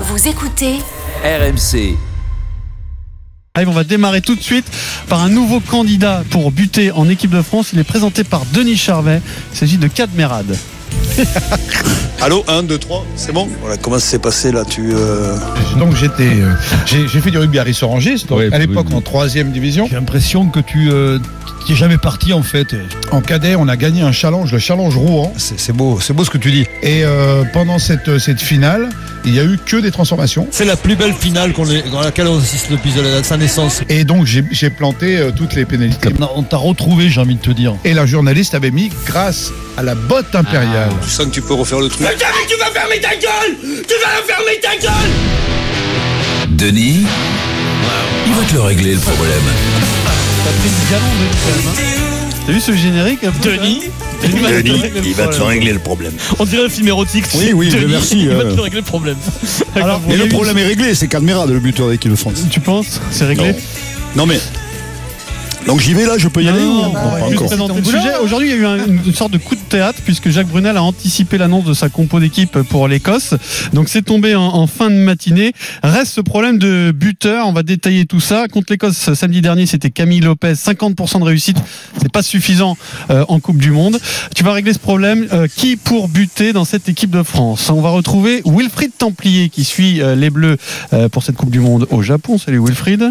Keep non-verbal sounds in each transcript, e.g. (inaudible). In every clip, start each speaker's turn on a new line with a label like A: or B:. A: Vous écoutez
B: RMC.
C: Live, on va démarrer tout de suite par un nouveau candidat pour buter en équipe de France. Il est présenté par Denis Charvet. Il s'agit de Cadmerade.
D: Allô, 1, 2, 3, c'est bon Voilà, comment ça s'est passé là Tu euh,
E: Donc j'étais, euh, j'ai j'ai fait du rugby à Rissorangis, donc
F: Ouais,
E: à l'époque
F: oui, oui.
E: en troisième division.
F: J'ai l'impression que tu euh, t'y es jamais parti en fait.
E: En cadet, on a gagné un challenge, le challenge Rouen.
F: C'est c'est beau, c'est beau ce que tu dis.
E: Et euh, pendant cette, cette finale, il n'y a eu que des transformations.
G: C'est la plus belle finale qu'on ait- à laquelle on assiste depuis la- sa naissance.
E: Et donc j'ai j'ai planté euh, toutes les pénalités.
F: On a- On t'a retrouvé, j'ai envie de te dire.
E: Et la journaliste avait mis grâce à la botte impériale.
G: Ah,
D: tu sens que tu peux refaire le truc
B: Denis, il va te le régler le problème.
C: T'as pris du galon, Denis, quand même, hein. T'as vu ce générique un peu,
H: Denis,
C: ça Denis, va te régler le problème.
D: le problème.
H: On dirait un film érotique.
I: Oui, oui,
H: Denis,
I: mais merci,
H: Il va
I: euh.
H: te régler le problème.
C: Alors, il
I: Et
C: y a
I: le
C: eu-
I: problème est réglé, c'est Cadmerade le buteur d'équipe de France.
C: Tu penses C'est réglé
I: Non mais. Donc j'y vais là, je peux y aller ou-
C: Non,
I: Non,
C: on va
I: pas
C: juste
I: encore.
C: présenter le sujet. Aujourd'hui, il y a eu un- une sorte de coup de théâtre puisque Jacques Brunel a anticipé l'annonce de sa compo d'équipe pour l'Écosse. Donc, c'est tombé en, en fin de matinée. Reste ce problème de buteur. On va détailler tout ça. Contre l'Écosse, samedi dernier, c'était Camille Lopez. 50% de réussite. C'est pas suffisant euh, en Coupe du Monde. Tu vas régler ce problème. Euh, qui pour buter dans cette équipe de France On va retrouver Wilfried Templier qui suit euh, les Bleus euh, pour cette Coupe du Monde au Japon. Salut Wilfried.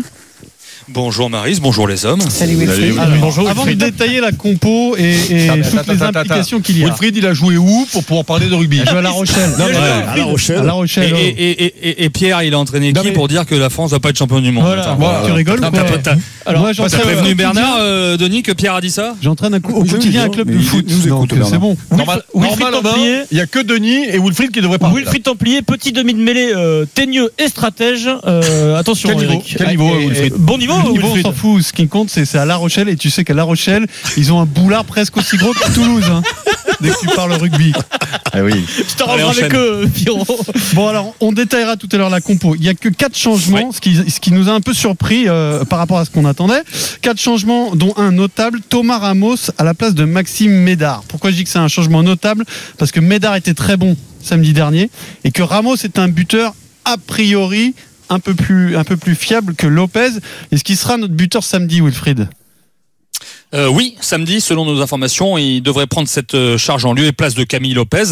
G: Bonjour Maris, bonjour les hommes.
C: Salut Wilfried.
F: Wilfried.
C: Bonjour, avant de détailler la compo et, et
F: Attends,
C: toutes
F: attends,
C: les
F: attends,
C: implications qu'il y a.
F: Wilfried, il a joué où pour pouvoir parler de rugby
C: Elle joue à La Rochelle.
F: Non, mais-
I: À La
C: À
I: Rochelle.
C: La Rochelle.
F: oh.
G: Et, et- et- et- et Pierre, il a entraîné
F: Non,
G: qui
F: mais-
G: pour dire que la France va pas être championne du
C: oh.
G: monde
C: Voilà.
G: Attends.
C: Tu rigoles ou
G: T'as-
C: quoi
G: t'as- t'as-
C: Alors, j'en
G: T'as
C: serais-
G: prévenu
C: au
G: Bernard,
C: quotidien-
G: euh, Denis, que Pierre a dit ça
C: J'entraîne un, coup- au
I: Oui,
C: quotidien
I: oui,
C: un club
I: mais
C: de
I: il-
C: foot.
I: il nous écoute,
C: Donc, euh, C'est
I: Bernard.
C: bon.
F: Normal,
H: Wilfried
F: normal, Robin,
H: Templier.
F: il n'y a que Denis et Wilfried qui devraient parler.
H: Wilfried Templier, petit demi de mêlée, euh, teigneux et stratège. Euh, attention,
F: Quel niveau,
H: Eric.
F: quel niveau,
H: Et- et-
F: Wilfried
H: Bon niveau,
C: Le niveau, on
H: Wilfried.
C: s'en fout. Ce qui compte, c'est c'est à La Rochelle. Et tu sais qu'à La Rochelle, ils ont un boulard presque aussi gros que Toulouse. hein, dès que tu parles rugby.
H: Je t'arrangeras
G: Allez,
H: avec eux, Pierrot.
A: (laughs)
C: Bon, alors, on détaillera tout à l'heure la compo. Il y a que quatre changements, ce, qui, ce qui nous a un peu surpris euh, par rapport à ce qu'on attendait. Quatre changements, dont un notable, Thomas Ramos à la place de Maxime Médard. Pourquoi je dis que c'est un changement notable Parce que Médard était très bon samedi dernier et que Ramos est un buteur a priori un peu plus, un peu plus fiable que Lopez. Est-ce qu'il sera notre buteur samedi, Wilfried
G: Euh, oui, samedi, selon nos informations, il devrait prendre cette euh, charge en lieu et place de Camille Lopez,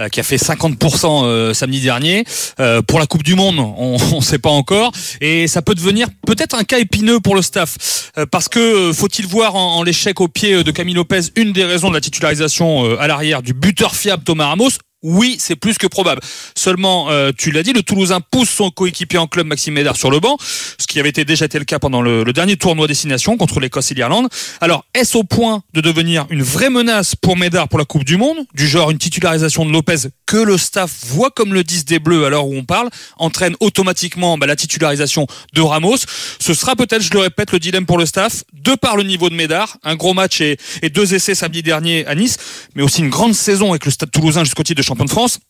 G: euh, qui a fait 50% euh, samedi dernier. Euh, pour la Coupe du Monde, (laughs) on ne sait pas encore. Et ça peut devenir peut-être un cas épineux pour le staff. Euh, parce que euh, faut-il voir en, en l'échec au pied euh, de Camille Lopez une des raisons de la titularisation euh, à l'arrière du buteur fiable Thomas Ramos oui, c'est plus que probable. Seulement, euh, tu l'as dit, le Toulousain pousse son coéquipier en club Maxime Médard sur le banc, ce qui avait été déjà été le cas pendant le, le dernier tournoi destination contre l'Écosse et l'Irlande. Alors, est-ce au point de devenir une vraie menace pour Médard pour la Coupe du Monde, du genre une titularisation de Lopez que le staff voit comme le 10 des Bleus à l'heure où on parle, entraîne automatiquement bah, la titularisation de Ramos Ce sera peut-être, je le répète, le dilemme pour le staff, de par le niveau de Médard, un gros match et, et deux essais samedi dernier à Nice, mais aussi une grande saison avec le Stade toulousain jusqu'au titre de champion de France.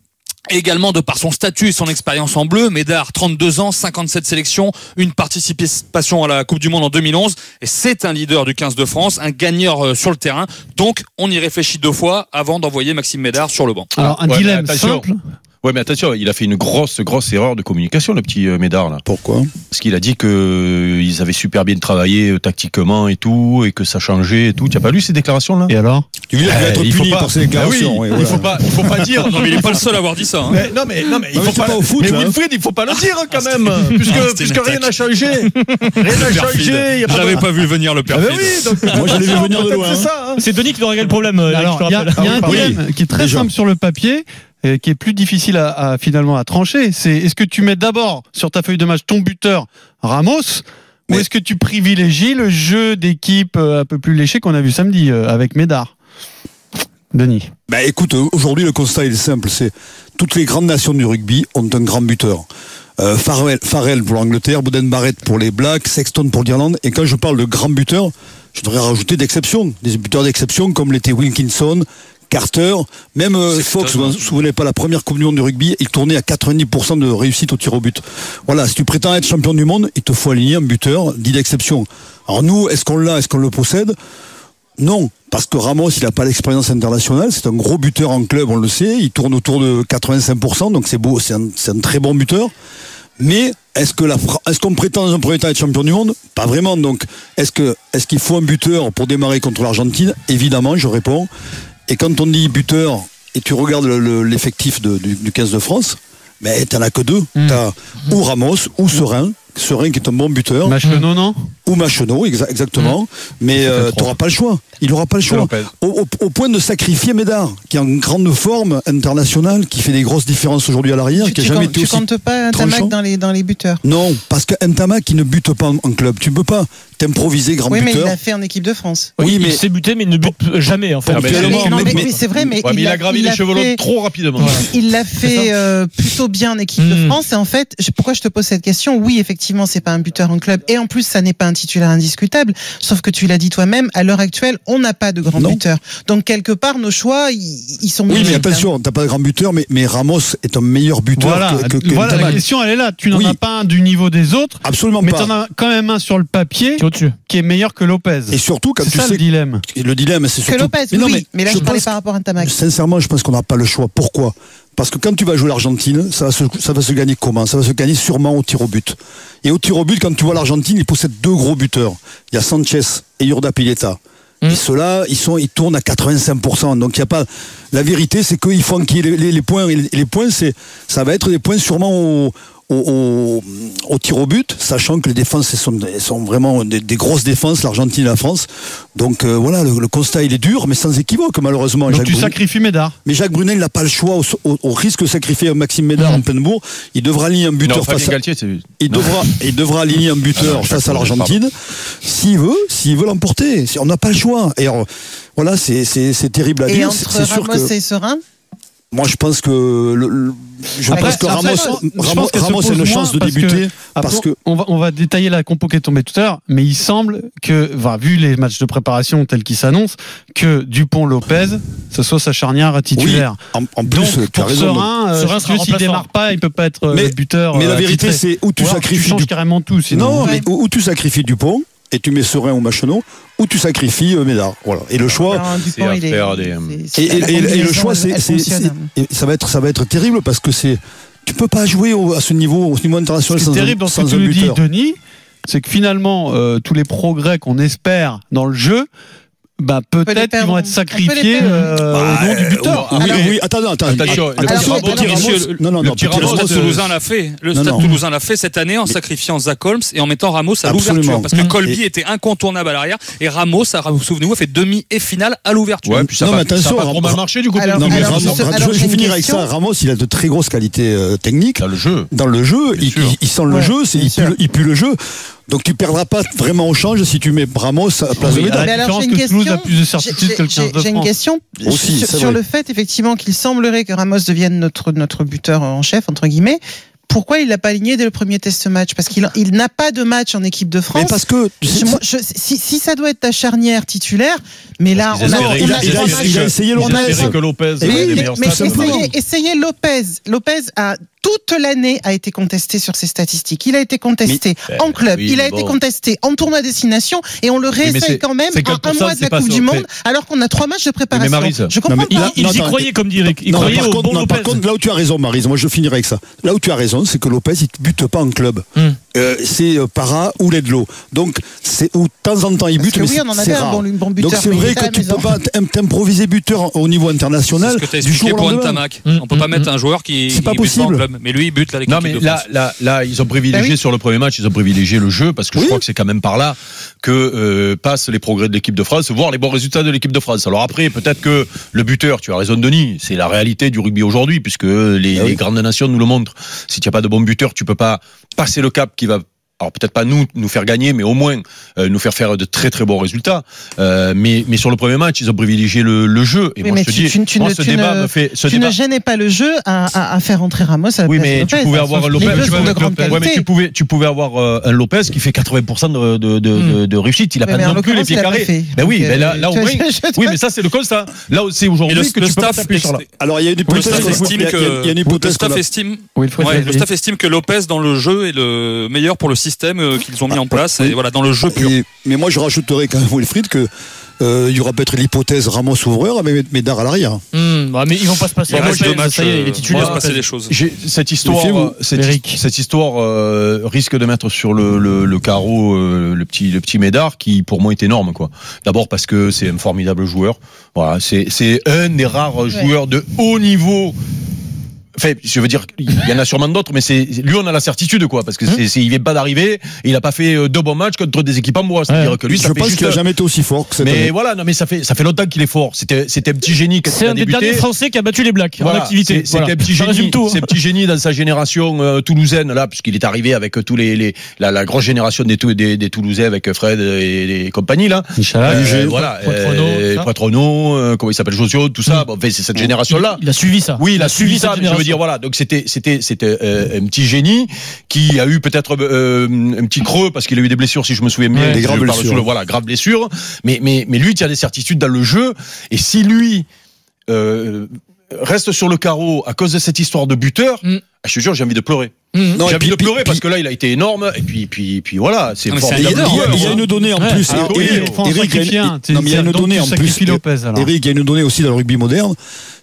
G: Et Également de par son statut et son expérience en bleu, Médard, 32 ans, 57 sélections, une participation à la Coupe du Monde en 2011, et c'est un leader du 15 de France, un gagneur euh, sur le terrain. Donc on y réfléchit deux fois avant d'envoyer Maxime Médard sur le banc.
J: Ah,
C: Alors, un
F: Ah, ouais,
C: dilemme
F: mais attention.
C: simple.
J: Ouais, mais attention, il a fait une grosse, grosse erreur de communication, le petit euh, Médard, là.
I: Pourquoi
J: Parce qu'il a dit que euh, ils avaient super bien travaillé euh, tactiquement et tout, et que ça changeait et tout. Tu as pas lu ces déclarations, là
C: Et alors
I: Tu veux dire qu'il va être
J: Eh, il faut
I: puni
J: pas-
I: pour ses
J: Ah oui,
I: déclarations ouais,
J: il
I: voilà.
J: faut pas, il faut (laughs) pas dire.
G: Non mais il n'est pas le seul à avoir dit ça. hein.
J: Eh,
F: Mais non mais non mais il
I: Ah oui,
F: faut
I: c'est
F: pas,
I: pas au foot,
F: mais
I: là, hein.
F: Wilfried il faut pas le dire quand
G: c'était-
F: même puisque
G: Ah, c'était
F: puisque
G: une
F: rien
G: attaque.
F: n'a changé rien n'a changé il y a
G: Je
F: pas de-
G: l'avais pas vu venir le
F: Ah
G: perfide.
F: ben oui donc
I: Moi, je l'ai vu venir de
F: peut-être
I: loin,
F: c'est
I: hein.
F: ça hein.
H: C'est Denis qui doit régler le problème.
A: Euh,
H: euh, Eric,
C: Alors,
H: je te
C: il y a,
H: rappelle.
C: il y a un
I: Ah oui, pardon.
C: problème qui est très
I: Déjà.
C: simple sur le papier et qui est plus difficile à, à finalement à trancher. C'est est-ce que tu mets d'abord sur ta feuille de match ton buteur Ramos ou
I: Mais-
C: est-ce que tu privilégies le jeu d'équipe euh, un peu plus léché qu'on a vu samedi euh, avec Médard Denis.
I: Bah écoute, euh, aujourd'hui le constat il est simple, c'est toutes les grandes nations du rugby ont un grand buteur. Euh, Farrell, Farrell pour l'Angleterre, Boden Barrett pour les Blacks, Sexton pour l'Irlande. Et quand je parle de grand buteur, je devrais rajouter d'exception, des buteurs d'exception comme l'était Wilkinson, Carter, même euh,
G: Sexton,
I: Fox. Vous vous
G: ouais.
I: souvenez pas la première Coupe du Monde du rugby, il tournait à 90% de réussite au tir au but. Voilà, si tu prétends être champion du monde, il te faut aligner un buteur dit d'exception. Alors nous, est-ce qu'on l'a, est-ce qu'on le possède Non, parce que Ramos, il n'a pas l'expérience internationale. C'est un gros buteur en club, on le sait. Il tourne autour de 85%, donc c'est beau, c'est un, c'est un très bon buteur. Mais est-ce que la Fra- est-ce qu'on prétend dans un premier temps être champion du monde Pas vraiment. Donc est-ce que est-ce qu'il faut un buteur pour démarrer contre l'Argentine Évidemment, je réponds. Et quand on dit buteur et tu regardes le- le- l'effectif de- du, du 15 de France, mais t'en as que deux. T'as ou Ramos ou Serein. Serein qui est un bon buteur
C: Match le non, non
I: ou Machonneau, exa-
C: Mmh.
I: exactement. Mais
J: Ça fait
I: euh,
J: trois.
I: tu n'auras pas le choix. Il n'aura pas le choix.
J: Lopez.
I: Au, au- au point de sacrifier Médard, qui est en grande forme internationale, qui fait des grosses différences aujourd'hui à l'arrière,
A: Tu,
I: qui n'a
A: tu
I: jamais
A: comptes,
I: été
A: tu
I: aussi.
A: comptes pas un
I: tranchant.
A: tamac dans les, dans les buteurs
I: Non, parce qu'Entama qui ne bute pas en, en club, tu peux pas t'improviser grand
A: Oui, mais il
I: buteur.
A: l'a fait en équipe de France.
I: Oui, mais
H: Il s'est buté, mais il ne bute jamais, en fait.
J: Ah, mais
A: Mais-
J: Tellement,
A: non,
J: mais-
A: mais-
J: mais-
A: oui, c'est vrai, mais,
J: Ouais, mais il a gravi les
A: l'a
J: cheveux
A: fait-
J: trop rapidement.
A: Il l'a fait euh, plutôt bien en équipe de
I: Hmm.
H: Mm.
A: France. Et en fait, je- pourquoi je te pose cette question Oui, effectivement, c'est pas un buteur en club. Et en plus, ça n'est pas un titulaire indiscutable. Sauf que tu l'as dit toi-même, à l'heure actuelle, on n'a pas de grand
I: Non.
A: buteur. Donc, quelque part, nos choix, ils ils sont hein.
I: Oui, mais
A: limites,
I: attention, t'as pas de grand buteur, mais, mais Ramos est un meilleur buteur
C: Voilà,
I: que, que- que
C: voilà la
I: Entama.
C: question, elle est là. Tu n'en
I: Oui.
C: as pas un du niveau des autres,
I: Absolument
C: mais tu
I: pas.
C: en as quand même un sur le papier
H: Tu es au-dessus.
C: qui est meilleur que Lopez.
I: Et surtout, quand
C: C'est
I: tu
C: ça
I: sais
C: le dilemme.
I: que- le dilemme, c'est
A: hein. Que
I: surtout.
A: Lopez,
I: non,
A: oui, mais là, je, parlais
I: pense
A: par rapport à Tamac.
I: Sincèrement, je pense qu'on n'a pas le choix. Pourquoi Parce que quand tu vas jouer l'Argentine, ça va se, ça va se gagner comment Ça va se gagner sûrement au tir au but. Et au tir au but, quand tu vois l'Argentine, ils possèdent deux gros buteurs. Il y a Sanchez et Yurda Pileta. Et ceux-là, ils, sont, ils tournent à 85%. Donc, il y a pas. La vérité, c'est qu'il faut enquiller les, les- les points. Et les- les points, c'est, ça va être des points sûrement au, au, au- au tir au but, sachant que les défenses elles sont, elles sont vraiment des, des grosses défenses, l'Argentine et la France. Donc, euh, voilà, le, le constat, il est dur, mais sans équivoque, malheureusement.
C: Donc
I: Jacques
C: tu
I: Brou-
C: sacrifies Médard.
I: mais Jacques Brunel n'a pas le choix au, au- au risque de sacrifier Maxime Médard
C: Mmh.
I: en pleine bourre. Il devra aligner un buteur
J: Non, Fabien
I: face à,
J: Galtier, c'est.
I: il
J: Non.
I: devra, il devra aligner un buteur
J: Ah,
I: face à
J: Jacques Brunel,
I: l'Argentine. S'il veut, s'il veut l'emporter. C'est- On n'a pas le choix. Et alors, voilà, c'est, c'est, c'est terrible à
A: Et
I: dire. C'est
A: entre
I: c'est sûr
A: Ramos
I: que,
A: et Serein,
I: moi, je pense que, le- le- je
A: Après,
I: pense que
A: après,
I: Ramos,
A: je
C: pense
I: Ramos,
C: qu'elle se
I: Ramos a
C: pose
I: une
C: moins
I: chance de
C: parce que-
I: débuter.
C: Ah,
I: parce
C: bon,
I: que-
C: on va, on va détailler la compo qui est tombée tout à l'heure, mais il semble que, enfin, vu les matchs de préparation tels qu'ils s'annoncent, que Dupont Lopez, ce soit sa charnière titulaire.
I: En, en plus,
C: Donc
I: tu as
C: pour
I: raison.
C: Serein,
H: Serein
C: euh, je
H: sera
C: pense que s'il
H: remplaçant.
C: démarre pas, il peut pas être euh,
I: Mais-
C: buteur.
I: Mais la
C: euh,
I: vérité,
C: titré.
I: c'est où tu
C: Ou alors,
I: sacrifies
C: changes
I: du
C: carrément tout. Sinon.
I: Non,
A: Ouais.
I: mais où, où tu sacrifies Dupont et tu mets Serein ou Machenot, ou tu sacrifies euh, Médard. Voilà. Et le choix,
A: alors, Dupont,
J: à
A: il est-
J: faire des-
A: c'est-
I: Et,
A: c'est-
I: et-
A: la
I: et- et le
A: combinaison,
I: choix,
A: elle-
I: c'est,
A: elle
I: c'est-
A: fonctionne.
I: c'est- et ça va être, ça va être terrible parce que c'est, tu peux pas jouer au- à ce niveau, au niveau
C: Ce
I: international
C: qui est
I: sans, un-
C: terrible dans ce que
I: sans
C: tu
I: un
C: nous dis,
I: buteur.
C: Denis, c'est que finalement, euh, tous les progrès qu'on espère dans le jeu, bah,
A: les
C: peut-être qu'ils
A: perdre.
C: vont être
A: On peut les
C: sacrifiés
A: perdre.
C: euh,
I: Bah,
C: au nom du
I: euh,
C: buteur.
I: oui,
A: Alors-
I: oui, attends, attends,
G: Attention,
I: attends, attends,
A: le
I: petit
A: petit
I: Ramos-
G: Ramos-
I: non, non,
G: Le
I: non,
G: petit
I: petit
G: Ramos,
I: Ramos,
G: le Stade
I: euh,
G: Toulousain l'a fait. hein. Le
I: Non,
G: Stade
I: non.
G: Toulousain l'a fait cette année en sacrifiant Zach Holmes et en mettant Ramos à l'ouverture.
I: Absolument.
G: Parce que
I: Mm.
G: Colby était incontournable à l'arrière et Ramos, à- vous souvenez-vous, a fait demi et finale à l'ouverture.
J: Ouais, puis ça
I: Non,
J: va-
I: mais attention,
J: ça va
I: Ramos-
J: trop mal marché du coup.
A: Alors-
I: non, mais
A: alors,
I: Ramos-
A: juste-
I: Ramos-
A: alors,
I: je
A: j'ai
I: vais
A: une
I: finir avec
A: question.
I: ça. Ramos, il a de très grosses qualités euh, techniques.
J: T'as le jeu.
I: dans le jeu, il,
J: sûr.
I: il- il sent le
A: Ouais,
I: jeu, c'est-
A: bien
I: il, pue,
A: sûr.
I: le- il pue le jeu. Donc tu perdras pas vraiment au change si tu mets Ramos à la place de
C: Oui,
I: Médard.
C: à la
A: Mais alors,
C: différence
A: j'ai une
C: que Toulouse a
A: question.
C: plus de
A: J'ai-
C: certitude que le 15
A: J'ai j'ai-
C: de
A: j'ai une
C: France.
A: question
I: Aussi,
A: sur,
I: c'est
A: sur
I: vrai.
A: le fait effectivement qu'il semblerait que Ramos devienne notre, notre buteur en chef, entre guillemets. Pourquoi il l'a pas aligné dès le premier test match Parce qu'il il n'a pas de match en équipe de
I: Mais
A: France.
I: parce que
A: Je- moi, je- si, si ça doit être ta charnière titulaire, mais là,
J: Parce
A: on
J: qu'ils
A: a,
J: espéraient-
A: on a-
I: il a-
A: on a-
I: il a essayé
A: on a-
I: l'Ontario.
F: que Lopez.
A: mais,
I: oui,
A: mais-
I: meilleurs
A: mais
I: stats,
A: essayez-
I: pardon.
A: essayez Lopez. Lopez a toute l'année a été contesté sur ses statistiques. Il a été contesté en club,
J: oui,
A: il a
J: mais
A: été
J: bon.
A: contesté en tournoi à destination et on le
J: mais
A: réessaye
J: c'est-
A: quand même
J: c'est que
A: à
J: pour
A: un
J: ça,
A: mois de
J: c'est
A: la
J: pas
A: Coupe
J: sur-
A: du Monde
J: mais-
A: alors qu'on a trois matchs de préparation.
J: Maryse,
A: Je comprends
I: Ah, non, mais il
A: pas.
I: a- il
H: Ils y
I: attends,
H: croyaient, comme dit Eric. Ils
I: Non, mais
H: croyaient
I: par,
H: au
I: contre,
H: bon
I: non, par
H: Lopez.
I: contre, là où tu as raison, Marise, moi je finirai avec ça. Là où tu as raison, c'est que Lopez, il ne bute pas en club.
H: Hmm.
I: Euh, c'est euh, Para ou Ledlow. Donc, c'est où de temps en temps il
A: Parce
I: bute,
A: que
I: mais
A: oui,
I: c'est-
A: on en
I: c'est
A: avait un
I: rare.
A: bon, bon buteur.
I: Donc, c'est
A: mais il
I: vrai
A: était à
I: que
A: la
I: tu ne
A: maison.
I: peux pas t'im- t'improviser buteur au niveau
G: C'est
I: international
G: ce que tu
I: du jour
G: expliqué
I: au
G: pour
I: lendemain.
G: Ntamak. On peut pas mettre un joueur qui,
I: C'est pas
G: qui bute en
I: possible.
G: club. Mais lui, il bute là avec
J: Non
G: l'équipe
J: mais
G: de
J: là,
G: France.
J: là, là, ils ont privilégié
A: Bah oui.
J: sur le premier match, ils ont privilégié le jeu parce que je
I: Oui.
J: crois que c'est quand même par là que euh, passent les progrès de l'équipe de France, voire les bons résultats de l'équipe de France. Alors après, peut-être que le buteur, tu as raison Denis, c'est la réalité du rugby aujourd'hui puisque les,
A: Ah
J: les
I: oui.
J: grandes nations nous le montrent. Si tu n'as pas de bon buteur, tu peux pas passer le cap qui va alors peut-être pas nous nous faire gagner, mais au moins euh, nous faire faire de très très bons résultats. Euh, mais mais sur le premier match, ils ont privilégié le, le jeu. Et
A: Oui,
J: moi
A: mais
J: je te
A: tu-
J: dis,
A: tu- tu
J: moi,
A: ne-
J: ce
A: tu
J: débat
A: ne-
J: me fait ce
A: Tu
J: débat
A: ne gênais pas le jeu à, à- à faire entrer Ramos à la
J: oui,
A: place
J: mais
A: de Lopez. hein,
J: tu pouvais avoir
A: Les
J: Lopez.
A: deux
J: tu,
A: sont
J: pouvais-
A: de grande
J: Ouais, mais
A: qualité.
J: tu pouvais, tu pouvais avoir euh, un Lopez qui fait 80% de, de, de, de- de réussite. Il a
A: Hmm. Mais
J: pas
A: en
J: non plus les
A: l'occurrence,
J: pieds
A: il a pas
J: carrés.
A: fait.
J: Ben oui,
A: Donc,
J: mais là,
A: euh,
J: là au
A: tu vois,
J: moins.
A: je- je-
J: Oui, mais ça c'est le constat. Là c'est
G: Et le,
J: aujourd'hui que
G: le
J: tu peux pas
G: staff,
J: t'appuyer sur la-
G: ex-
I: Alors, il y a une
G: le
I: hypothèse.
G: staff
I: qu'on a- il
G: estime
I: y a- il y a une
G: que le
I: hypothèse. qu'on
G: staff
I: a-
G: estime
C: Wilfried
G: Ouais, le
C: Zavier.
G: staff estime que Lopez dans le jeu est le meilleur pour le système euh, qu'ils ont mis en place et voilà dans le jeu pur.
I: Et- mais moi, je rajouterais quand même, Wilfried, que Euh, il y aura peut-être l'hypothèse Ramos-Ouvreur avec Médard à l'arrière.
A: Hmm, bah, mais ils vont pas se passer.
G: Il
A: la
G: reste
A: Lopez,
G: deux matchs,
A: Ça y est, il
G: euh,
A: est titulaire.
G: il va se passer des choses.
J: J'ai- Cette histoire,
I: Méfiez-vous,
J: euh, cette,
A: Eric.
J: cette histoire euh, risque de mettre sur le, le- le carreau euh, le petit le petit Médard qui pour moi est énorme quoi. D'abord parce que c'est un formidable joueur. Voilà, c'est c'est un des rares joueurs de haut niveau. Enfin, je veux dire, il y en a sûrement d'autres, mais c'est lui on a la certitude quoi, parce que
A: Hum.
J: c'est c'est- il vient pas d'arriver, et il a pas fait euh, deux bons matchs contre des équipes en bois, c'est-à-dire
A: Ouais.
J: que lui ça
I: je
J: fait
I: pense
J: juste-
I: qu'il n'a jamais été aussi fort que cette
J: Mais
I: année.
J: voilà, non mais ça fait ça fait longtemps qu'il est fort. C'était c'était un petit génie quand il
A: C'est
J: a
A: un des
J: débuté.
A: derniers Français qui a battu les Blacks en
J: Voilà,
A: activité.
J: c'est- C'était
A: Voilà.
J: un petit
A: Ça résume
J: génie,
A: tout. hein.
J: c'est un petit génie dans sa génération euh, toulousaine là, puisqu'il est arrivé avec tous les, les la, la grosse génération des, Tou- des, des Toulousains avec Fred et, et compagnie là.
A: Inch'Allah.
J: Euh,
A: Jugé,
J: voilà,
A: Poitrono,
J: euh,
A: tout ça. Mm.
J: Poitrono, euh, comment il s'appelle Josio, tout ça. Bon, enfin, c'est cette génération là.
A: Il a suivi ça.
J: Oui, il a suivi ça, mais je veux
A: génération.
J: dire, voilà. Donc c'était, c'était, c'était euh, un petit génie qui a eu peut-être euh, un petit creux parce qu'il a eu des blessures, si je me souviens bien.
A: Ouais. Des
J: Je
I: graves
J: parle
I: blessures.
J: sous le- voilà, graves blessures. Mais, mais, mais lui, il tient des certitudes dans le jeu. Et si lui euh, reste sur le carreau à cause de cette histoire de buteur,
A: Mm.
J: ah, je te jure, j'ai envie de pleurer.
A: Mhm.
I: Non,
J: J'ai
I: et
J: envie
I: puis-
J: de
I: puis-
J: pleurer
I: puis-
J: parce que là, il a été énorme. Et puis, puis, puis voilà, c'est
G: Ah, mais c'est un
I: Il y, a-
J: formidable.
G: leader,
I: il y a-
G: ouais,
I: il y a une donnée en
A: Ouais,
I: plus.
C: alors,
I: Et-
C: oui,
I: et-
C: France
I: Ah, Eric, il y a
C: sacrifie
I: une-
C: un,
A: hein.
C: c'est-
I: non, mais il y a une
C: donc tu
I: donnée en plus.
C: sacrifies Lopez, alors.
I: Eric, il y a une donnée aussi dans le rugby moderne.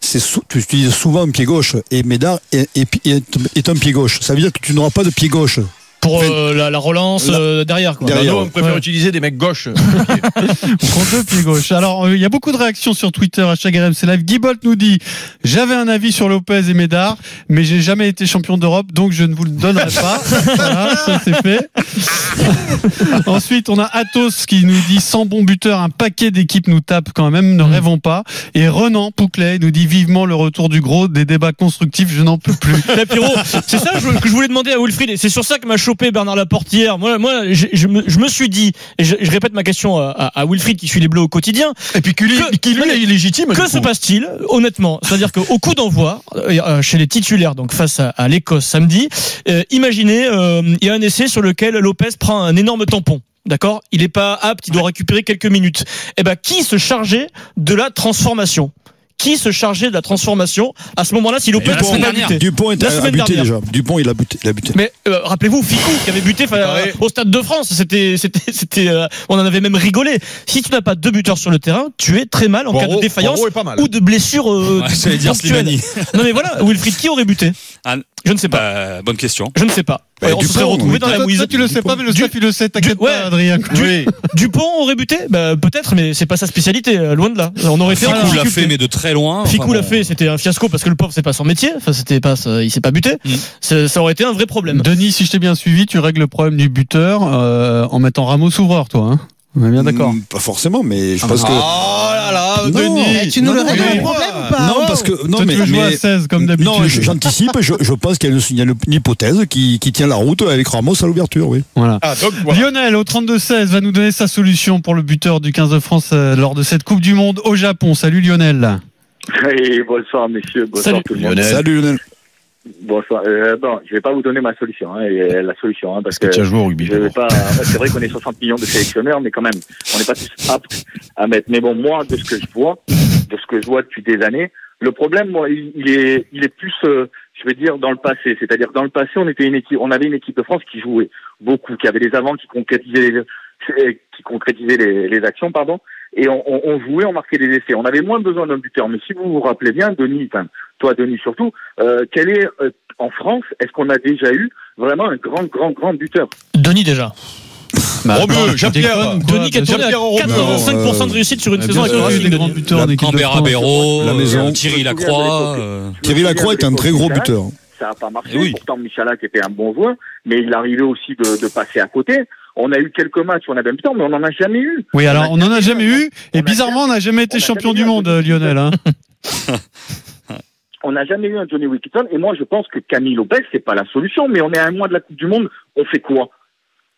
I: C'est sou- tu utilises souvent un pied gauche et Médard est, est- est- est un pied gauche. Ça veut dire que tu n'auras pas de pied gauche.
A: Pour euh, la, la relance euh, derrière. Quoi.
J: Dans
I: derrière,
J: nos, on préfère
A: ouais.
J: utiliser des
A: (laughs)
J: mecs gauches.
C: Prends deux pieds gauche. Alors, euh, il y a beaucoup de réactions sur Twitter à chaque RMC Live. Guy Bolt nous dit J'avais un avis sur Lopez et Médard, mais j'ai jamais été champion d'Europe, donc je ne vous le donnerai pas. voilà, ça c'est fait. (laughs) Ensuite, on a Athos qui nous dit Sans bon buteur, un paquet d'équipes nous tape quand même, ne rêvons pas. Et Renan Pouclet nous dit vivement le retour du gros, des débats constructifs, je n'en peux plus.
A: Eh, Pierrot, c'est ça je- que je voulais demander à Wilfried. et C'est sur ça que m'a chopé Bernard Laportière. Moi, moi je, je me, je me suis dit, et je, je répète ma question à, à- à Wilfried qui suit les Bleus au quotidien,
J: Et puis, Cully,
A: Que-
J: qui lui
A: non, mais
J: est illégitime. du
A: que
J: coup.
A: se passe-t-il, honnêtement C'est-à-dire qu'au coup d'envoi, euh, euh, chez les titulaires, donc face à, à l'Écosse samedi, euh, imaginez, euh, il y a un essai sur lequel Lopez prend un énorme tampon. D'accord Il n'est pas apte, il doit récupérer quelques minutes. Eh ben, qui se chargeait de la transformation Qui se chargeait de la transformation à ce moment-là si Lopez
G: la semaine
A: prend pas
G: dernière.
A: buté
I: Dupont est
A: La
I: a,
A: semaine
I: buté
A: dernière.
I: déjà. Dupont, il a buté. Il a buté.
A: Mais euh, rappelez-vous, Ficou qui avait buté fa-
J: Ouais.
A: au Stade de France, c'était, c'était, c'était, euh, on en avait même rigolé. Si tu n'as pas deux buteurs sur le terrain, tu es très mal en cas de
J: Poirot-
A: défaillance
J: Poirot est pas mal.
A: ou de blessure. euh,
G: Ouais, j'allais dire
A: ponctuelle.
G: Slimani.
A: (laughs) non mais voilà, Wilfried qui aurait buté
G: Ah,
A: Je ne sais pas.
G: bah, bonne question.
A: Je ne sais pas.
I: Bah,
A: Ouais, on se
I: Dupont,
A: serait retrouvé
I: oui.
A: dans la mouise.
C: Toi, tu le sais pas, mais le staff, il le sait, t'inquiète
A: du- ouais.
C: pas, Adrien.
J: Oui.
A: Dupont aurait buté bah, Peut-être, mais c'est pas sa spécialité, euh, loin de là. On aurait fait
G: Ficou
A: un
G: l'a
A: difficulté.
G: fait, mais de très loin. Enfin,
A: Ficou
G: bon.
A: l'a fait, c'était un fiasco parce que le pauvre c'est pas son métier, enfin c'était pas, ça- il s'est pas buté.
G: Mm.
A: Ça, ça aurait été un vrai problème.
C: Denis, si je t'ai bien suivi, tu règles le problème du buteur euh, en mettant Ramos ouvreur, toi. hein. On est bien d'accord.
I: Hmm, Pas forcément, mais je pense que.
J: Oh là là,
I: Non.
J: Denis.
K: Tu nous le
I: Non,
K: règles
I: mais-
K: le problème ou pas
A: Ah,
I: Non, parce que.
C: oh.
I: Non,
C: Toi,
I: mais.
C: tu veux jouer
I: mais-
C: à 16 comme d'habitude.
I: Non, je- j'anticipe. Je, je pense qu'il y a une, il y a une- une hypothèse qui, qui tient la route avec Ramos à l'ouverture, oui.
C: Voilà.
J: Ah, donc, voilà.
C: Lionel, au 32-16, va nous donner sa solution pour le buteur du 15 de France euh, lors de cette Coupe du Monde au Japon. Salut Lionel.
L: Et bonsoir, messieurs. Bonsoir
A: Salut.
L: tout le monde.
I: Salut Lionel.
L: Bonsoir. Euh, bon, je vais pas vous donner ma solution, hein, et, euh, la solution, hein, parce
J: Est-ce que tu as
L: que
J: joué au rugby
L: je vais pas. C'est vrai qu'on est 60 millions de sélectionneurs, mais quand même, on n'est pas tous aptes à mettre. Mais bon, moi, de ce que je vois, de ce que je vois depuis des années, le problème, moi, il il est, il est plus, euh, je vais dire, dans le passé. C'est-à-dire, dans le passé, on était une équipe, on avait une équipe de France qui jouait beaucoup, qui avait des avants, qui concrétisaient les, euh, qui concrétisaient les, les actions, pardon. Et on, on- on jouait, on marquait des essais. On avait moins besoin d'un buteur. Mais si vous vous rappelez bien, Denis, enfin, toi, Denis, surtout, euh, quel est euh, en France Est-ce qu'on a déjà eu vraiment un grand, grand, grand buteur
A: Denis déjà.
J: Romeu,
C: Jean-Pierre.
J: Jean-Pierre.
C: Quoi,
A: Denis qui a tourné à
J: Jean-Pierre Romeu.
A: 85% de réussite
I: euh,
A: sur une
C: Bien
A: saison avec
C: sûr, il y a
A: le
C: eu
A: Racing
C: des
A: de
C: grands
A: Lille.
C: buteurs en équipe de
G: Cambert
C: France.
G: Béraud,
I: La maison.
G: euh, Thierry Lacroix. euh,
I: Thierry Lacroix est un très gros buteur.
L: Ça n'a pas marché.
G: Eh oui.
L: Pourtant, Michalak était un bon joueur, mais il arrivait aussi de, de passer à côté. On a eu quelques matchs, où on avait un buteur, mais on n'en a jamais eu.
C: Oui, alors on
L: On a
C: n'en a jamais
L: jamais
C: eu. Et
L: on a
C: bizarrement, on n'a jamais été
L: on a
C: champion
L: jamais
C: du
L: eu un
C: monde,
L: peu de Ah,
C: Lionel. hein.
L: On n'a jamais eu un Johnny Wilkinson. Et moi, je pense que Camille Lopez, c'est pas la solution. Mais on est à un mois de la Coupe du Monde. On fait quoi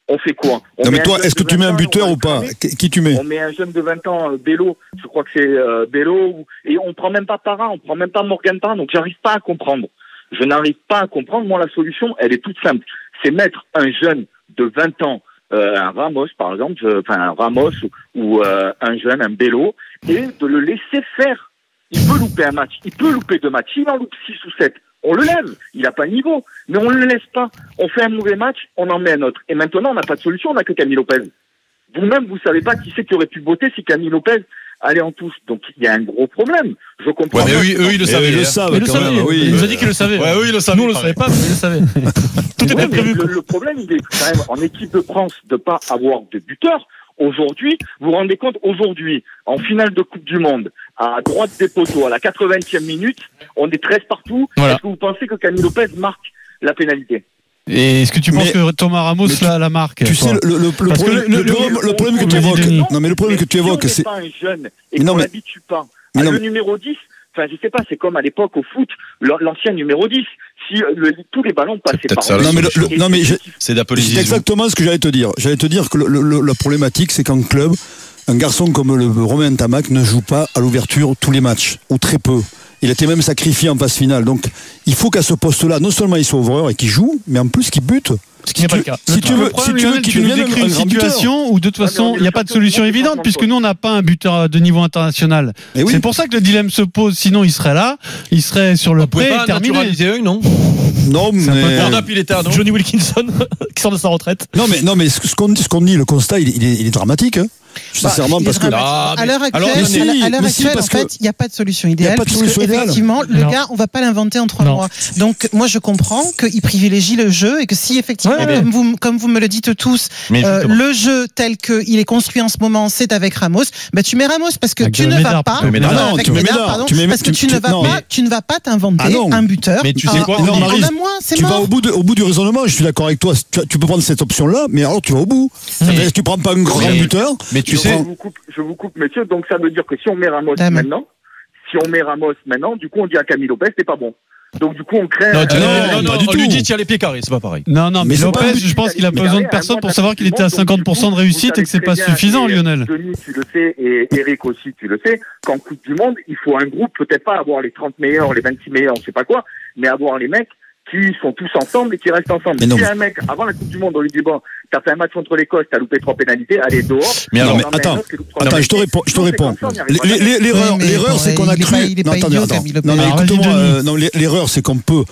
L: On fait quoi On
I: Non, mais
L: met un
I: toi,
L: jeune
I: est-ce que
L: de
I: tu
L: 20
I: mets un
L: ans,
I: buteur
L: on
I: ou pas
L: va le
I: Qui qui tu mets
L: On met un jeune de 20 ans, euh, Bello, je crois que c'est euh, Bello, ou- et on prend même pas Parra, on prend même pas Morgan Parra, donc j'arrive pas à comprendre. Je n'arrive pas à comprendre. Moi, la solution, elle est toute simple. C'est mettre un jeune de 20 ans, euh, un Ramos par exemple, je- enfin un Ramos ou, ou, euh, un jeune, un Bello, et de le laisser faire. Il peut louper un match, il peut louper deux matchs, il en loupe six ou sept. On le lève, il n'a pas le niveau, mais on ne le laisse pas. On fait un mauvais match, on en met un autre. Et maintenant, on n'a pas de solution, on n'a que Camille Lopez. Vous-même, vous savez pas qui c'est qui aurait pu voter si Camille Lopez allait en touche. Donc il y a un gros problème. Je comprends.
J: Ouais, mais
L: pas.
J: oui, eux, ils
L: Et
J: le
I: Eh,
J: savaient.
L: ils
J: hein.
H: Ils le savaient. Il
L: euh.
H: nous a dit qu'ils le savaient.
J: Ouais, oui, ils le savaient.
H: Nous, on le savait pas, mais ils le savaient.
L: (laughs) Ouais, mais le, le problème, il est quand même en équipe de France de pas avoir de buteur. Aujourd'hui, vous vous rendez compte, aujourd'hui, en finale de Coupe du Monde, à droite des poteaux, à la 80e minute, on est 13 partout.
C: Voilà.
L: Est-ce que vous pensez que Camille Lopez marque la pénalité
C: Et est-ce que tu penses
I: Mais-
C: que Thomas Ramos la, la marque
I: Tu sais,
C: toi
I: le, le- le
C: Parce que
I: problème, le problème- le problème que tu
C: on- on-
I: évoques,
C: Denis.
I: non, mais le problème que tu
L: si
I: évoques,
L: on n'est
I: c'est.
L: pas un jeune et
I: Mais non,
L: qu'on
I: mais-
L: l'habitue pas
I: Mais
L: à
I: non,
L: le
I: mais-
L: numéro 10, enfin, je sais pas, c'est comme à l'époque au foot, l'an- l'ancien numéro 10. Si euh, le- tous les ballons passaient
J: Peut-être
L: par
J: ça,
L: lui,
J: la
I: Non, mais le-
J: solution.
I: le- non, mais je-
J: C'est d'appeler
I: C'est
J: Zizou.
I: exactement ce que j'allais te dire. J'allais te dire que le- le- le- la problématique, c'est qu'en club, un garçon comme le Romain Tamac ne joue pas à l'ouverture tous les matchs, ou très peu. Il a été même sacrifié en phase finale. Donc, il faut qu'à ce poste-là, non seulement il soit ouvreur et qu'il joue, mais en plus qu'il bute.
H: Ce qui n'est pas le cas.
I: Si tu veux,
C: Le problème,
I: si tu veux
C: Lionel,
I: qu'il
C: tu nous
I: devienne
C: décris
I: un
C: une
I: grand buteur.
C: situation où de toute
L: mais on
C: façon
L: est
C: il n'y a
L: le
C: pas de
L: champion du
C: solution
L: monde,
C: évidente
L: par
C: puisque
L: contre.
C: nous on n'a pas un buteur euh, de niveau international.
I: Eh oui.
C: C'est pour ça que le dilemme se pose. Sinon il serait là, il serait sur le
J: On pouvait
C: prêt
J: pas
C: et terminé.
J: naturaliser eux, non
I: Non,
C: C'est un peu
I: mais.
C: pour
J: Borda Pileta, non
H: Johnny Wilkinson, qui sort de sa retraite.
I: Non, mais, non, mais ce ce qu'on dit, ce qu'on dit, le constat, il, est- il est, il est dramatique. hein. Sincèrement,
A: Bah, il
I: parce
A: est
I: que.
A: dramatique.
J: Ah, mais-
A: à l'heure actuelle,
J: Alors, mais
I: si,
A: à la- à l'heure
I: mais si,
A: actuelle, en
I: parce
A: fait,
I: que-
A: il n'y a pas de solution idéale.
I: Il y a pas de
A: puisque,
I: solution idéale.
A: Effectivement, le
H: Non.
A: gars, on va pas l'inventer en trois
H: Non.
A: mois. Donc, moi, je comprends qu'il privilégie le jeu et que si, effectivement,
H: Ouais,
A: comme, vous, comme vous me le dites tous,
J: Mais
A: euh,
J: justement.
A: le jeu tel qu'il est construit en ce moment, c'est avec Ramos, bah, tu mets Ramos parce que
C: Avec
A: tu
C: euh,
A: ne vas
C: Médard,
A: pas.
C: plutôt.
J: Mais
I: non,
A: Voilà,
I: non,
A: avec
I: tu mets
A: Médard,
I: Médard,
A: pardon,
I: tu mets-
A: parce que
I: tu-
A: tu ne
I: tu-
A: vas
I: non,
A: pas,
I: mais-
A: tu ne vas pas
I: Ah
A: t'inventer
I: non.
A: un buteur.
J: Mais tu sais
A: Ah,
J: quoi,
A: en
I: non,
A: en
I: Maryse,
A: un mois, c'est
I: Tu vas
A: mort.
I: au bout, de- au bout du raisonnement, je suis d'accord avec toi. Tu, tu peux prendre cette option-là, mais alors tu vas au bout. Ça veut dire que tu prends pas un grand
J: Mais-
I: buteur.
J: Mais tu
L: je,
J: sais,
L: vous coupe, je vous coupe, messieurs. Donc ça veut dire que si on met Ramos
A: Dame.
L: maintenant, si on met Ramos maintenant, du coup on dit à Camille Lopez, c'est pas bon. Donc du coup on crée.
J: non, tu-
I: Ah
J: non,
I: non,
J: euh, non,
I: pas
J: non,
I: du
J: on lui
I: tout.
J: dit tiens les pieds carrés, c'est pas pareil.
C: Non, non, mais,
I: Mais c'est pas
C: Lopez,
I: un but
C: je pense qu'il
L: Mais
C: a besoin de
L: derrière,
C: personne
L: moi,
C: pour
L: t'as
C: savoir qu'il était à
L: tout le monde, donc,
C: 50% de
L: du coup,
C: réussite
L: vous
C: et que c'est
L: savez
C: pas
L: très bien,
C: suffisant,
L: et
C: Lionel.
L: Denis, tu le sais, et Eric aussi, tu le sais, qu'en Coupe du Monde, il faut un groupe, peut-être pas avoir les 30 meilleurs, les 26 meilleurs, je sais pas quoi, mais avoir les mecs qui sont tous ensemble et qui restent ensemble.
I: Mais non,
L: Si
I: mais-
L: un mec, avant la Coupe du Monde, on lui dit, bon, t'as fait un match contre l'Écosse, t'as loupé trois pénalités, allez, dehors.
J: Mais
L: on
J: alors,
L: en
I: mais
L: ramène un
I: attends,
L: autre qui loupe trois
I: Attends, je te
L: pénalités.
I: réponds. Je te
L: Non, c'est
I: réponds.
L: comme ça, on y arrive
I: L-
L: pas.
I: l- l- L'erreur,
A: Oui, mais
I: l'erreur,
A: bon,
I: c'est qu'on
A: il
I: a
A: est
I: cru.
A: pas- il est
I: non,
A: pas
I: attendez,
A: idiot,
I: attends.
A: Camille Lopez.
I: Non, mais
C: Alors, vas-y,
I: écoute-moi,
C: Denis.
I: euh, non, l'e- l'erreur, c'est qu'on peut.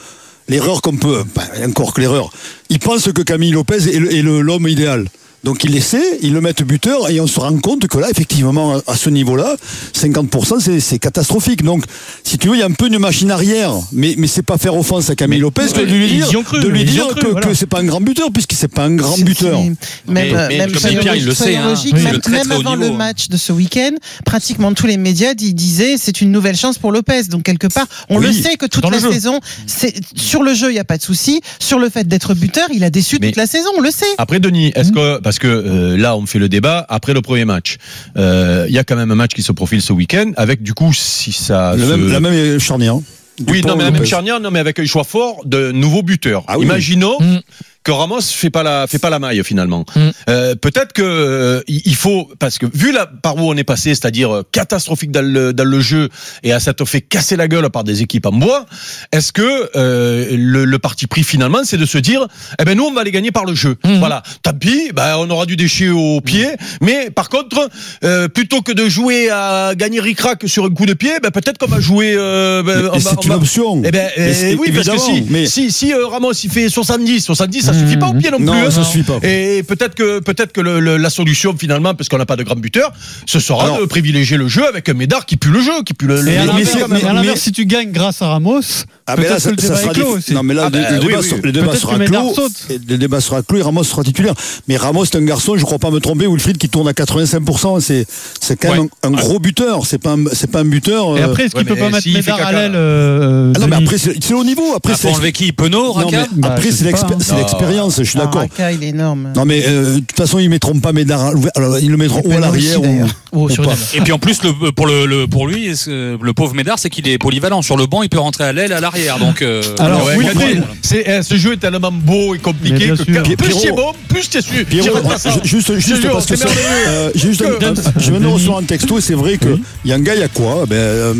I: L'erreur qu'on peut. bah, encore que l'erreur. Ils pensent que Camille Lopez est le- est le- l'homme idéal. Donc ils l'essaient, ils le mettent buteur et on se rend compte que là, effectivement, à- à ce niveau-là, 50%, c'est- c'est catastrophique. Donc, si tu veux, il y a un peu une machine arrière, mais, mais c'est pas faire offense à Camille Lopez de
H: ouais,
I: lui
H: ils
I: dire,
H: y ont cru,
I: de lui
H: ils y
I: dire
H: ont cru,
I: que, que
H: voilà.
I: c'est pas un grand buteur, puisque c'est pas un grand
A: C'est-
I: buteur.
A: c'est- Même,
G: Mais- mais
A: même,
G: comme dit
A: soyons
G: Pierre, il le
A: soyons
G: sait, hein.
A: logiques,
G: Oui,
A: même-
G: le traite
A: même
G: au
A: avant
G: niveau. hein.
A: le match de ce week-end, pratiquement tous les médias di- disaient c'est une nouvelle chance pour Lopez. Donc quelque part, on
J: Oui,
A: le sait que toute
H: dans le
A: la
H: jeu.
A: saison, c'est sur le jeu, il n'y a pas de souci. Sur le fait d'être buteur, il a déçu
J: Mais-
A: toute la saison, on le sait.
G: Ah,
J: Après, Denis, est-ce que parce que euh, là, on fait le débat après le premier match. Euh, Il y a quand même un match qui se profile ce week-end avec du coup, si ça
I: Le
J: se-
H: Ah,
I: même- la même charnière. hein.
J: oui,
I: Dupont,
J: non, mais la
I: Lopez.
J: même charnière, non, mais avec un choix fort de nouveaux buteurs.
I: Ah oui.
J: Imaginons.
H: Mm.
J: Que Ramos fait pas la fait pas la maille finalement.
H: Mm.
J: Euh, Peut-être que euh, il il faut parce que vu la par où on est passé, c'est-à-dire euh, catastrophique dans le dans le jeu et à s'être fait casser la gueule par des équipes en bois, est-ce que euh, le, le parti pris finalement c'est de se dire eh ben nous on va les gagner par le jeu.
I: Mhm.
H: Mm.
J: Voilà, tant pis, ben, on aura du déchet au pied, mais par contre euh, plutôt que de jouer à gagner ricrac sur un coup de pied, ben peut-être qu'on va jouer euh, ben, on
I: Et
J: va-
I: c'est
J: on
I: une
J: va-
I: option.
J: eh ben,
I: Mais
J: euh,
I: c'est-
J: oui, parce que
I: évidemment,
J: si,
I: mais- Hmm.
J: si, si euh, Ramos il fait 70, 70, ça
H: Mhm.
J: suffit pas au pied non,
I: Non,
J: plus. hein.
I: ça suffit pas.
J: Et peut-être que peut-être que le- le- la solution finalement, parce qu'on n'a pas de grand buteur, ce sera
I: Alors-
J: de privilégier le jeu avec un Médard qui pue le jeu, qui pue le. le-
C: Et à
I: Mais- mais
C: l'inverse,
I: c'est-
C: quand même,
I: mais-
C: à l'inverse,
I: mais-
C: si tu gagnes grâce à Ramos,
I: Ah mais là,
C: peut-être que
I: ça,
C: le
I: ça
C: débat est
I: sera
C: clos
I: diff-
C: aussi.
I: Non mais là,
J: Ah
I: le-
J: bah,
I: le,
J: oui,
I: débat,
J: oui.
I: sera- le débat
C: Peut-être que
I: sera
C: Ménard
I: clos.
C: saute.
I: et Le débat sera clos et Ramos sera titulaire. Mais Ramos c'est un garçon, je crois pas me tromper, Wilfried qui tourne à 85%. C'est c'est quand même
G: Ouais.
I: un, un gros buteur. C'est pas un- c'est pas un buteur. euh,
C: Et après, est-ce qu'il
J: ouais,
C: peut
J: mais
C: pas mettre
J: s'il fait
C: Médard à
J: caca,
C: l'aile
J: là.
C: euh,
I: ah non mais
C: Denis
I: après c'est c'est au niveau. Après
G: Après,
I: c'est
G: on enlever qui Penaud,
I: non,
G: Raka
I: mais
C: Bah,
I: après
C: je sais
I: c'est
C: pas,
I: l'expé-
C: hein.
I: c'est
J: Non.
I: l'expérience. Je suis d'accord.
A: Baraka, Ah, il est énorme.
I: Non mais euh, de toute façon ils mettront pas Médard. à l'ouvert- alors, Ils le mettront
A: Et
I: ou à
A: Penaud
I: l'arrière.
A: aussi,
I: ou-
A: d'ailleurs.
H: Oh, sur
I: Ou
H: une
I: pas.
H: aile.
G: Et puis en plus, le, pour, le, le- pour lui, est-ce que le pauvre Médard, c'est qu'il est polyvalent. Sur le banc, il peut rentrer à l'aile, à l'arrière. Donc, euh,
C: Alors,
J: Ouais,
C: oui,
J: Catherine, c'est, eh, ce jeu est tellement beau et
C: Mais
J: compliqué
C: bien
J: que
C: sûr.
J: plus
I: Pierrot-
J: c'est bon, plus t'es sûr.
I: Pierrot,
J: J'ai pas ça.
I: ju- juste, juste
J: jure,
I: parce que
J: c'est
I: ça-
J: merveilleux.
I: euh, juste,
J: Que-
I: je viens de recevoir un texto et c'est vrai que il y a un gars, il y a quoi ben, Eh euh,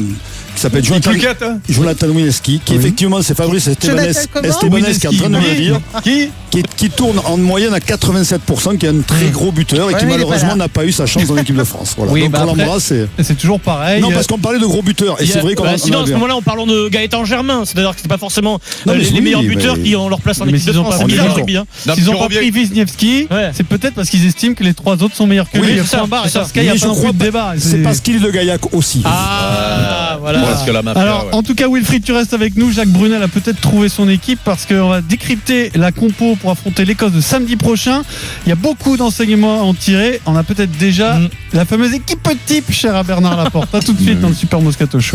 I: qui s'appelle Jonathan,
J: hein.
I: Jonathan Wineski, qui effectivement, c'est Fabrice Estebanès
E: Jonathan comment
I: Estebanès qui est en train de me
E: Wineski.
I: dire, qui, qui tourne en moyenne à 87%, qui est un très gros buteur et
E: Ouais,
I: qui
E: mais il est pas
I: malheureusement
E: là.
I: n'a pas eu sa chance dans l'équipe de France. Voilà.
C: Oui,
I: Donc
C: bah
I: on
C: après-
I: l'embrasse. et-
C: Et c'est toujours pareil.
I: Non, parce qu'on parlait de gros buteurs, et
H: Il y a-
I: c'est vrai qu'on
H: bah,
I: en- on
H: sinon,
I: en
H: à ce
I: avait un.
H: moment-là, on parle de Gaëtan Germain. C'est-à-dire que c'est pas forcément
I: Non,
H: euh,
I: mais
H: les, les
I: oui,
H: meilleurs
I: mais-
H: buteurs qui ont leur place en équipe de
C: s'ils ont
H: France.
C: pas
H: C'est bizarre, le
C: pris-
H: rugby, hein.
J: Non,
C: S'ils
J: puis
C: ont
J: on
C: pas
J: revient-
C: pris Wisniewski, c'est peut-être parce qu'ils estiment que les trois autres sont meilleurs que
I: Oui,
C: lui.
I: c'est
C: Point
I: ça,
C: barre, et
I: c'est ça.
C: Saskia, il n'y a
I: Mais je
C: pas beaucoup
I: crois
C: de
I: pas-
C: débat.
I: C'est parce qu'il est de Gaillac aussi.
H: Ah, voilà.
J: Parce que la mafia,
C: Alors,
J: ouais.
C: en tout cas, Wilfried, tu restes avec nous. Jacques Brunel a peut-être trouvé son équipe parce qu'on va décrypter la compo pour affronter l'Écosse de samedi prochain. Il y a beaucoup d'enseignements à en tirer. On a peut-être déjà la fameuse équipe type, cher à Bernard Laporte. À tout de suite dans le Super Moscato Show.